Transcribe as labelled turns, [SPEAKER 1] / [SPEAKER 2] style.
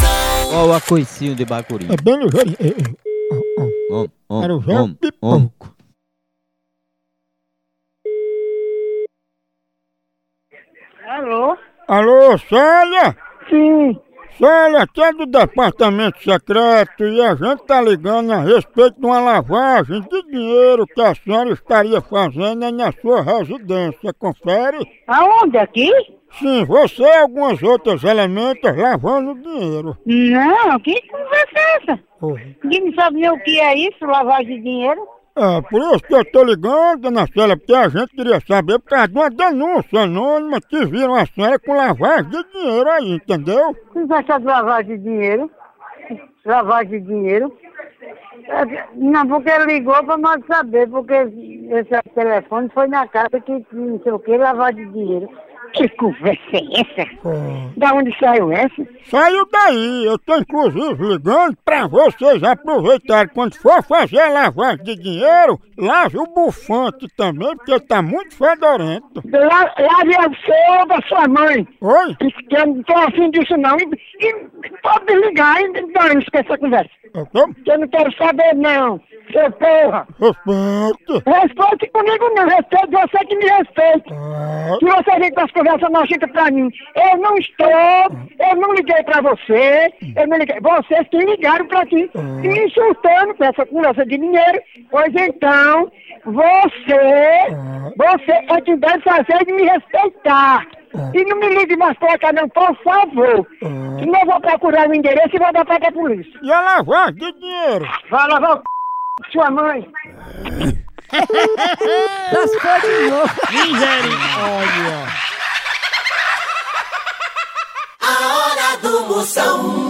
[SPEAKER 1] Só o acoicinho de bacuri.
[SPEAKER 2] É bem ligeiro. É, é.
[SPEAKER 1] Om, om,
[SPEAKER 2] Era o
[SPEAKER 1] om,
[SPEAKER 2] velho
[SPEAKER 1] om.
[SPEAKER 2] pipoco.
[SPEAKER 3] Alô?
[SPEAKER 2] Alô, Célia?
[SPEAKER 3] Sim.
[SPEAKER 2] Célia, aqui é do Departamento Secreto e a gente tá ligando a respeito de uma lavagem de dinheiro que a senhora estaria fazendo aí na sua residência. Confere?
[SPEAKER 3] Aonde? Aqui?
[SPEAKER 2] Sim, você e algumas outras elementas lavando dinheiro.
[SPEAKER 3] Não, que conversa é essa?
[SPEAKER 2] É,
[SPEAKER 3] Ninguém sabe nem o que é isso, lavagem de dinheiro.
[SPEAKER 2] por isso que eu tô ligando, dona Célia, porque a gente queria saber por causa de uma denúncia anônima que viram a senhora com lavagem de dinheiro aí, entendeu?
[SPEAKER 3] O que você acha de lavagem de dinheiro? Lavagem de dinheiro? É, Não, porque ligou para nós saber, porque esse telefone foi na casa que que não sei o que, lavagem de dinheiro. Que conversa é essa?
[SPEAKER 2] É.
[SPEAKER 3] Da onde saiu essa?
[SPEAKER 2] Saiu daí, eu tô inclusive ligando pra vocês aproveitarem quando for fazer a lavagem de dinheiro, lave o bufante também, porque tá muito fedorento.
[SPEAKER 3] Lá, lave a sua da sua mãe.
[SPEAKER 2] Oi?
[SPEAKER 3] Que, que eu não tô afim disso não. E, e- pode desligar, e dane-se com essa conversa.
[SPEAKER 2] Eu tô-
[SPEAKER 3] Que eu não quero saber não, seu porra.
[SPEAKER 2] Respeito.
[SPEAKER 3] Respeite comigo não, respeite você que me respeita.
[SPEAKER 2] Ah,
[SPEAKER 3] Se você vem com as conversas nojentas pra mim, eu não estou, eu não liguei pra você, eu não liguei. Vocês que ligaram pra ti, me insultando com essa conversa de dinheiro. Pois então, você, você é que deve fazer de me respeitar. E não me ligue mais pra cá não, por favor. Senão eu vou procurar o endereço e vou dar pra cá a polícia.
[SPEAKER 2] E a lavagem de dinheiro?
[SPEAKER 3] Vai lavar o c... sua mãe.
[SPEAKER 1] Lascou de novo.
[SPEAKER 4] A hora do Moção.